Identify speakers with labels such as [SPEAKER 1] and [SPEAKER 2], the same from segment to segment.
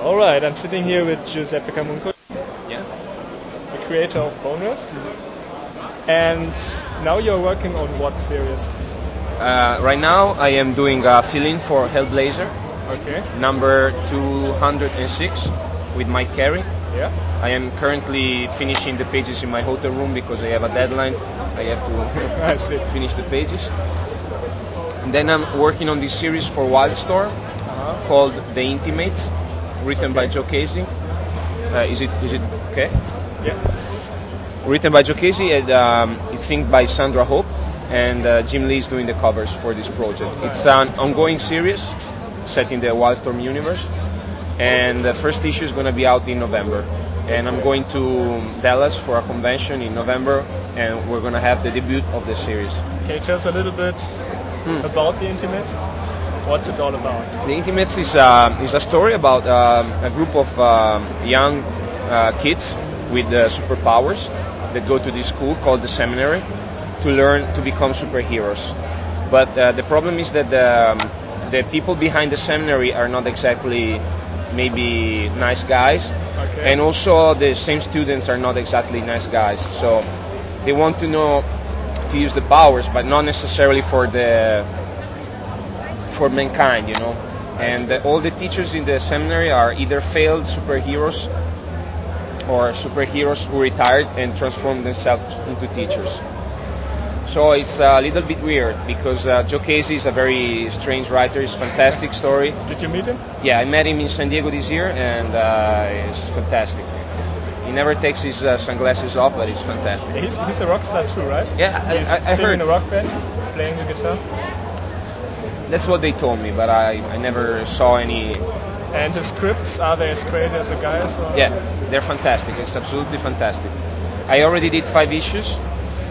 [SPEAKER 1] All right, I'm sitting here with Giuseppe Camunco,
[SPEAKER 2] Yeah.
[SPEAKER 1] the creator of Bonus. And now you're working on what series?
[SPEAKER 2] Uh, right now, I am doing a fill-in for Hellblazer
[SPEAKER 1] Okay.
[SPEAKER 2] number 206 with Mike Carey.
[SPEAKER 1] Yeah.
[SPEAKER 2] I am currently finishing the pages in my hotel room because I have a deadline. I have to
[SPEAKER 1] I see.
[SPEAKER 2] finish the pages. And then I'm working on this series for Wildstorm
[SPEAKER 1] Uh-huh.
[SPEAKER 2] called The Intimates, written by
[SPEAKER 1] Okay.
[SPEAKER 2] Joe Casey. Uh, is it is it okay?
[SPEAKER 1] Yeah.
[SPEAKER 2] written by Joe Casey and um, it's inked by Sandra Hope and uh, Jim Lee is doing the covers for this project. It's an ongoing series set in the Wildstorm universe and the first issue is going to be out in November. And I'm going to Dallas for a convention in November and we're going to have the debut of the series.
[SPEAKER 1] Can you tell us a little bit about the Intimates? What's it all about?
[SPEAKER 2] The Intimates is a, is a story about um, a group of um, young uh, kids with uh, superpowers that go to this school called the seminary to learn to become superheroes. But uh, the problem is that the, um, the people behind the seminary are not exactly maybe nice guys.
[SPEAKER 1] Okay.
[SPEAKER 2] And also the same students are not exactly nice guys. So they want to know to use the powers, but not necessarily for the for mankind, you know. And uh, all the teachers in the seminary are either failed superheroes or superheroes who retired and transformed themselves into teachers. So it's a little bit weird because uh, Joe Casey is a very strange writer. It's fantastic story.
[SPEAKER 1] Did you meet him?
[SPEAKER 2] Yeah, I met him in San Diego this year, and uh, it's fantastic. He never takes his uh, sunglasses off, but it's fantastic.
[SPEAKER 1] He's, he's a rock star too, right?
[SPEAKER 2] Yeah, I-
[SPEAKER 1] He's
[SPEAKER 2] I- I
[SPEAKER 1] singing
[SPEAKER 2] heard.
[SPEAKER 1] in a rock band, playing the guitar.
[SPEAKER 2] That's what they told me, but I, I never saw any
[SPEAKER 1] And his scripts, are they as crazy as the guys? Or?
[SPEAKER 2] Yeah, they're fantastic. It's absolutely fantastic. I already did five issues,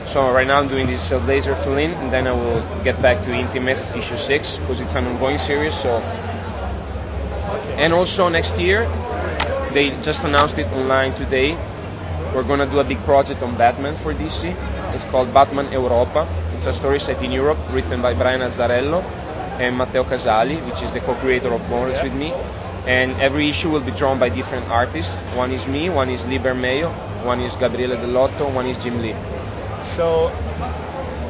[SPEAKER 2] so right now I'm doing this uh, Blazer fill-in, and then I will get back to Intimates issue six because it's an ongoing series. So, and also next year, they just announced it online today. We're gonna do a big project on Batman for DC. It's called Batman Europa. It's a story set in Europe, written by Brian Azzarello and Matteo Casali, which is the co-creator of Bones with me. And every issue will be drawn by different artists. One is me, one is Liber Mayo, one is Gabriele Dell'Otto, one is Jim Lee.
[SPEAKER 1] So,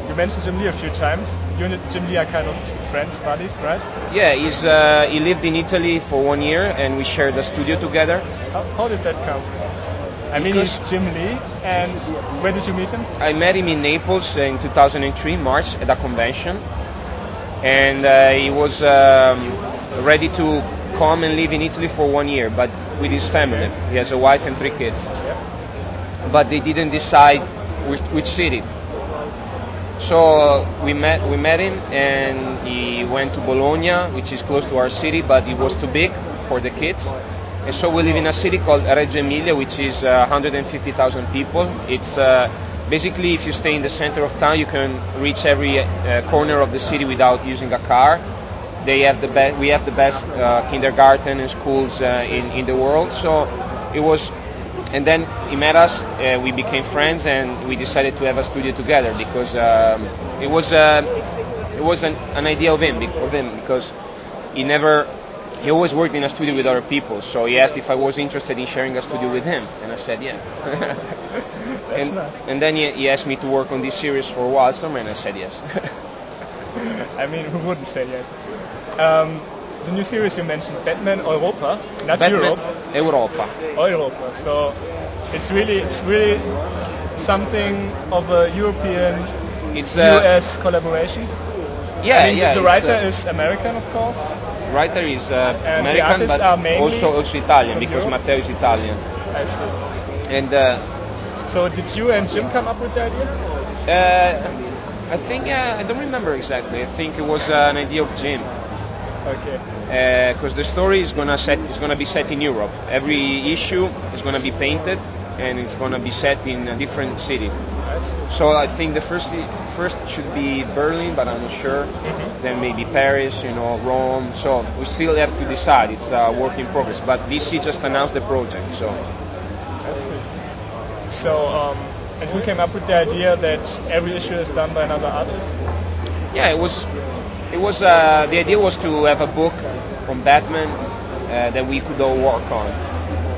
[SPEAKER 1] you mentioned Jim Lee a few times. You and Jim Lee are kind of friends, buddies, right?
[SPEAKER 2] Yeah, he's, uh, he lived in Italy for one year, and we shared a studio together.
[SPEAKER 1] How, how did that come? I mean,
[SPEAKER 2] Because-
[SPEAKER 1] it's Jim Lee, and where did you meet him?
[SPEAKER 2] I met him in Naples in 2003, March, at a convention, and uh, he was um, ready to come and live in Italy for one year, but with his family. He has a wife and three kids, but they didn't decide which, which city. So we met we met him, and he went to Bologna, which is close to our city, but it was too big for the kids. And so we live in a city called Reggio Emilia, which is uh, 150,000 people. It's uh, basically if you stay in the center of town, you can reach every uh, corner of the city without using a car. They have the best. We have the best uh, kindergarten and schools uh, in in the world. So it was. And then he met us. Uh, we became friends, and we decided to have a studio together because um, it was uh, it was an, an idea of him, of him because he never he always worked in a studio with other people. So he asked if I was interested in sharing a studio with him, and I said yeah.
[SPEAKER 1] That's
[SPEAKER 2] and,
[SPEAKER 1] nice.
[SPEAKER 2] and then he, he asked me to work on this series for Wildstorm, and I said yes.
[SPEAKER 1] I mean, who wouldn't say yes? Um, the new series you mentioned, Batman Europa, not
[SPEAKER 2] Batman-
[SPEAKER 1] Europe,
[SPEAKER 2] Europa.
[SPEAKER 1] Europa. So it's really, it's really something of a European
[SPEAKER 2] It's uh,
[SPEAKER 1] US collaboration.
[SPEAKER 2] yeah,
[SPEAKER 1] I mean,
[SPEAKER 2] yeah.
[SPEAKER 1] the
[SPEAKER 2] it's,
[SPEAKER 1] writer
[SPEAKER 2] uh,
[SPEAKER 1] is American, of course.
[SPEAKER 2] writer is uh,
[SPEAKER 1] the
[SPEAKER 2] American,
[SPEAKER 1] artists
[SPEAKER 2] but
[SPEAKER 1] are mainly
[SPEAKER 2] also also Italian
[SPEAKER 1] from
[SPEAKER 2] because
[SPEAKER 1] Europe?
[SPEAKER 2] Matteo is Italian.
[SPEAKER 1] I see.
[SPEAKER 2] And uh,
[SPEAKER 1] So did you and Jim come up with the idea?
[SPEAKER 2] uh, I think uh, I don't remember exactly. I think it was uh, an idea of Jim.
[SPEAKER 1] Okay.
[SPEAKER 2] because Uh, the story is gonna set is gonna be set in Europe. Every issue is gonna be painted, and it's gonna be set in a different city.
[SPEAKER 1] I see.
[SPEAKER 2] So I think the first i- first should be Berlin, but I'm not sure. Then maybe Paris, you know, Rome. So we still have to decide. It's a work in progress. But DC just announced the project, so
[SPEAKER 1] I see. So um, and who came up with the idea that every issue is done by another artist?
[SPEAKER 2] yeah, it was it was uh, the idea was to have a book on Batman uh, that we could all work on.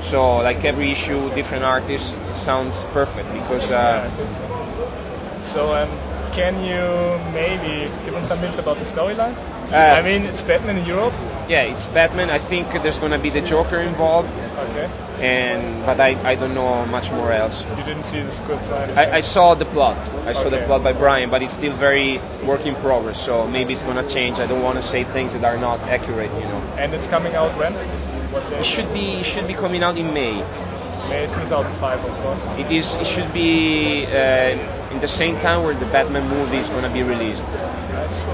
[SPEAKER 2] So like every issue, different artists it sounds perfect because
[SPEAKER 1] Yeah, I
[SPEAKER 2] uh,
[SPEAKER 1] think so. So, um, can you maybe give us some hints about the storyline?
[SPEAKER 2] Uh,
[SPEAKER 1] I mean, it's Batman in Europe.
[SPEAKER 2] yeah, it's Batman. I think there's gonna be the Joker involved,
[SPEAKER 1] Okay.
[SPEAKER 2] and but I, I don't know much more else.
[SPEAKER 1] You didn't see the script line.
[SPEAKER 2] I, I saw the plot. I saw the
[SPEAKER 1] Okay.
[SPEAKER 2] plot by Brian, but it's still very work in progress. So maybe it's gonna change. I don't want to say things that are not accurate. You know,
[SPEAKER 1] and it's coming out when? What day?
[SPEAKER 2] it should be it should be coming out in May.
[SPEAKER 1] May is 2005, of course.
[SPEAKER 2] It is it should be uh, in the same time where the Batman movie is gonna be released.
[SPEAKER 1] Nice.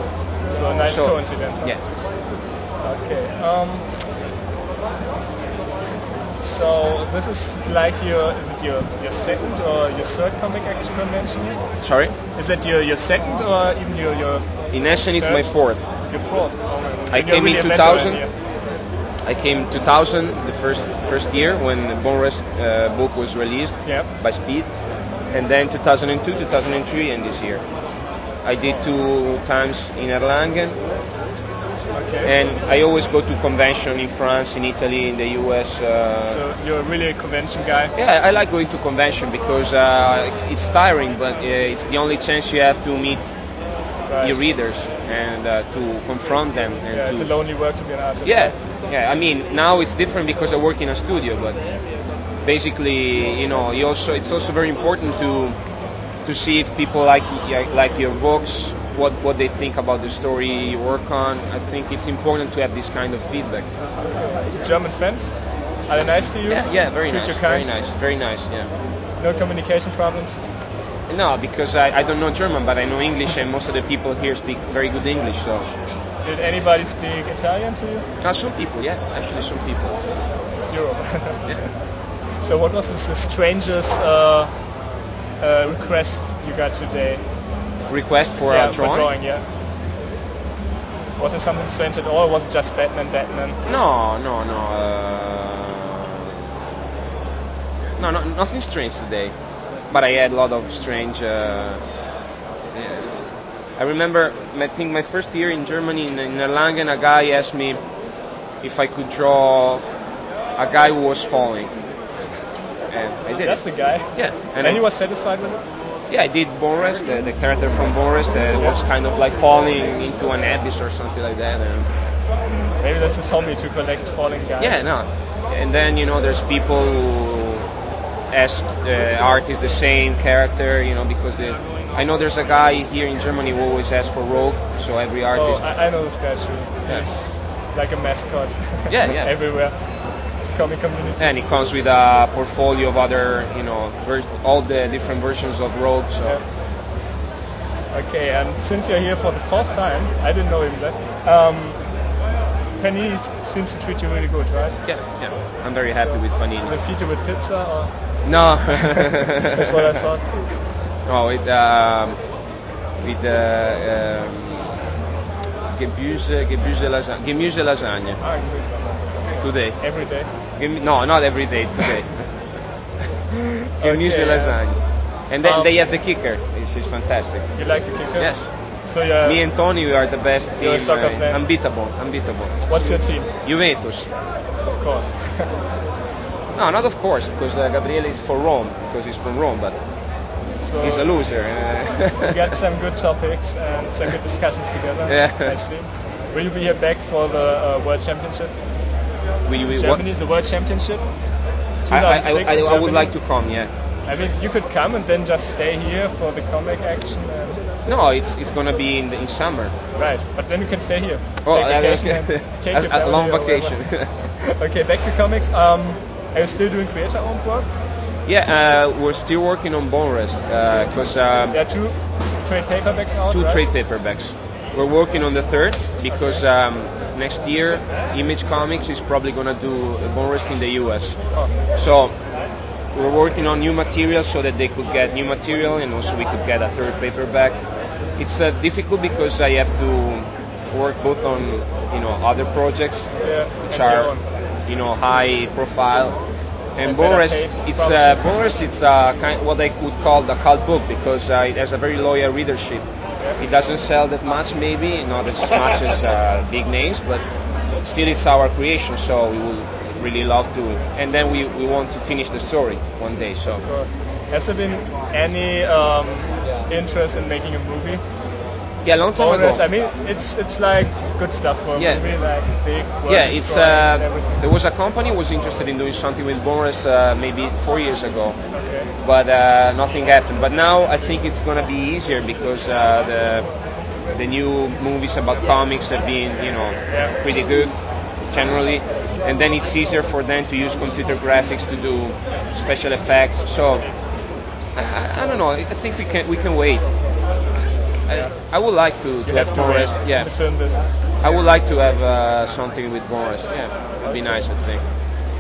[SPEAKER 1] So a nice
[SPEAKER 2] So-
[SPEAKER 1] coincidence. huh?
[SPEAKER 2] Yeah.
[SPEAKER 1] Okay. Um, so this is like your is it your, your second or your third comic action convention? Here?
[SPEAKER 2] Sorry.
[SPEAKER 1] Is it your, your second or even your your
[SPEAKER 2] In Essen, it's my
[SPEAKER 1] Third?
[SPEAKER 2] fourth.
[SPEAKER 1] your fourth? Oh,
[SPEAKER 2] I
[SPEAKER 1] and you're
[SPEAKER 2] came in
[SPEAKER 1] really a veteran
[SPEAKER 2] 2000.
[SPEAKER 1] here.
[SPEAKER 2] I came 2000, the first first year when the Bone Rest uh, book was released
[SPEAKER 1] Yep.
[SPEAKER 2] by Speed, and then 2002, 2003, and this year. I did two times in Erlangen,
[SPEAKER 1] Okay.
[SPEAKER 2] and I always go to convention in France, in Italy, in the U.S. Uh,
[SPEAKER 1] so you're really a convention guy.
[SPEAKER 2] yeah, I like going to convention because uh, it's tiring, but uh, it's the only chance you have to meet
[SPEAKER 1] Right.
[SPEAKER 2] your readers and uh, to confront them and
[SPEAKER 1] yeah,
[SPEAKER 2] to
[SPEAKER 1] it's a lonely work to be an artist.
[SPEAKER 2] Yeah, yeah. I mean, now it's different because I work in a studio, but basically, you know, you also it's also very important to to see if people like like your books, what what they think about the story you work on. I think it's important to have this kind of feedback.
[SPEAKER 1] German friends. Are they nice to you?
[SPEAKER 2] Yeah, yeah. Very
[SPEAKER 1] Treat
[SPEAKER 2] nice.
[SPEAKER 1] you
[SPEAKER 2] Very
[SPEAKER 1] kind?
[SPEAKER 2] nice. Very nice. Yeah.
[SPEAKER 1] No communication problems.
[SPEAKER 2] No, because I, I don't know German, but I know English, and most of the people here speak very good English. So,
[SPEAKER 1] Did anybody speak Italian to you?
[SPEAKER 2] now some people, yeah, actually some people.
[SPEAKER 1] It's Europe.
[SPEAKER 2] Yeah.
[SPEAKER 1] So what was the strangest uh, uh, request you got today?
[SPEAKER 2] Request for
[SPEAKER 1] yeah,
[SPEAKER 2] a
[SPEAKER 1] for
[SPEAKER 2] drawing.
[SPEAKER 1] drawing, yeah. Was it something strange at all? Or was it just Batman, Batman?
[SPEAKER 2] No, no, no. Uh, no, no, nothing strange today. But I had a lot of strange. Uh, yeah. I remember, I think my first year in Germany in, in Erlangen, a guy asked me if I could draw a guy who was falling, and I did.
[SPEAKER 1] Just a guy.
[SPEAKER 2] yeah,
[SPEAKER 1] And,
[SPEAKER 2] and I,
[SPEAKER 1] he was satisfied with it?
[SPEAKER 2] yeah, I did Boris, the, the character from Boris, that was kind of like falling into an abyss or something like that. And,
[SPEAKER 1] Maybe that's his hobby to collect falling guys.
[SPEAKER 2] Yeah, no. And then you know, there's people who ask the artist the same character, you know, because they. I know there's a guy here in Germany who always asks for Rogue, so every
[SPEAKER 1] Oh,
[SPEAKER 2] artist.
[SPEAKER 1] I, I know this guy too.
[SPEAKER 2] Yeah.
[SPEAKER 1] He's like a mascot.
[SPEAKER 2] Yeah, yeah.
[SPEAKER 1] Everywhere. It's comic community.
[SPEAKER 2] and it comes with a portfolio of other, you know, ver- all the different versions of Rogue. So
[SPEAKER 1] Okay, and since you're here for the fourth time, I didn't know even that. Um, Penny seems to treat you really good, right?
[SPEAKER 2] yeah, yeah, I'm very happy with
[SPEAKER 1] The
[SPEAKER 2] Panini.
[SPEAKER 1] feature with pizza, or
[SPEAKER 2] No,
[SPEAKER 1] that's what I thought.
[SPEAKER 2] No, with um, with uh, um, Gebuse, Gebuse lasagna, Gemüse lasagna
[SPEAKER 1] Ah, you miss that.
[SPEAKER 2] today.
[SPEAKER 1] Every day.
[SPEAKER 2] Give me, no, not every day today. Give
[SPEAKER 1] Okay,
[SPEAKER 2] me the lasagna. And then
[SPEAKER 1] Um,
[SPEAKER 2] they have the kicker, which is fantastic.
[SPEAKER 1] You like the kicker?
[SPEAKER 2] Yes.
[SPEAKER 1] So uh, you're,
[SPEAKER 2] Me and Tony we are the best team. uh,
[SPEAKER 1] You're a soccer fan.
[SPEAKER 2] unbeatable, unbeatable.
[SPEAKER 1] what's your team?
[SPEAKER 2] Juventus.
[SPEAKER 1] Of course.
[SPEAKER 2] No, not of course, because uh, Gabriele is for Rome, because he's from Rome, but
[SPEAKER 1] so
[SPEAKER 2] he's a loser.
[SPEAKER 1] we got
[SPEAKER 2] Uh,
[SPEAKER 1] some good topics and some good discussions together.
[SPEAKER 2] Yeah.
[SPEAKER 1] I see. Will you be here back for the uh, World Championship?
[SPEAKER 2] we, we, what,
[SPEAKER 1] Germany is a World Championship.
[SPEAKER 2] I, I,
[SPEAKER 1] 2006
[SPEAKER 2] I,
[SPEAKER 1] in
[SPEAKER 2] I
[SPEAKER 1] Germany.
[SPEAKER 2] would like to come, yeah.
[SPEAKER 1] I mean, you could come and then just stay here for the comic action. And,
[SPEAKER 2] No, it's, it's going to be in, the, in summer.
[SPEAKER 1] right, but then you can stay here.
[SPEAKER 2] Oh,
[SPEAKER 1] take
[SPEAKER 2] I- I-
[SPEAKER 1] vacation. and take your
[SPEAKER 2] a, a
[SPEAKER 1] family
[SPEAKER 2] long
[SPEAKER 1] or whatever.
[SPEAKER 2] vacation.
[SPEAKER 1] okay, back to comics. Um, are you still doing creator-owned work?
[SPEAKER 2] yeah, uh, we're still working on Bone Rest, because um,
[SPEAKER 1] There are two trade paperbacks out.
[SPEAKER 2] two
[SPEAKER 1] right?
[SPEAKER 2] trade paperbacks. We're working on the third because um, next year Image Comics is probably gonna do Bonrest in the U.S.
[SPEAKER 1] Oh,
[SPEAKER 2] So we're working on new material so that they could get new material and also we could get a third paperback. It's uh, difficult because I have to work both on you know other projects
[SPEAKER 1] yeah, and
[SPEAKER 2] which
[SPEAKER 1] your
[SPEAKER 2] are
[SPEAKER 1] own.
[SPEAKER 2] you know high profile.
[SPEAKER 1] And
[SPEAKER 2] And
[SPEAKER 1] better
[SPEAKER 2] Boris,
[SPEAKER 1] paid,
[SPEAKER 2] it's
[SPEAKER 1] probably.
[SPEAKER 2] uh, Boris, it's uh, kind what I would call the cult book because uh, it has a very loyal readership. It doesn't sell that much, maybe not as much as uh, big names, but still it's our creation, so we will really love to. And then we, we want to finish the story one day. So
[SPEAKER 1] Of course. Has there been any um, interest in making a movie?
[SPEAKER 2] yeah, long time
[SPEAKER 1] Always, I
[SPEAKER 2] ago.
[SPEAKER 1] mean, it's it's like good stuff for a
[SPEAKER 2] Yeah.
[SPEAKER 1] movie, like big world
[SPEAKER 2] yeah, it's
[SPEAKER 1] destroyer and
[SPEAKER 2] uh,
[SPEAKER 1] everything.
[SPEAKER 2] there was a company who was interested in doing something with Boris uh, maybe four years ago,
[SPEAKER 1] Okay.
[SPEAKER 2] but uh, nothing happened. But now I think it's gonna be easier because uh, the the new movies about comics have been you know
[SPEAKER 1] Yeah.
[SPEAKER 2] pretty good generally, and then it's easier for them to use computer graphics to do special effects. So I, I, I don't know. I think we can we can wait. I, I would like to, to
[SPEAKER 1] You have
[SPEAKER 2] have
[SPEAKER 1] to wait
[SPEAKER 2] Boris. Yeah,
[SPEAKER 1] to film this.
[SPEAKER 2] I would like to have uh, something with Boris. Yeah, it'd be nice. I think.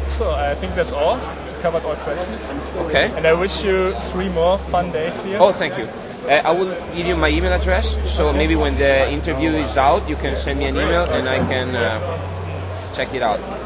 [SPEAKER 1] So I think that's all. Covered all questions.
[SPEAKER 2] Okay.
[SPEAKER 1] And I wish you three more fun days here.
[SPEAKER 2] Oh, thank you. Uh, I will give you my email address, so maybe when the interview is out, you can send me an email and I can uh, check it out.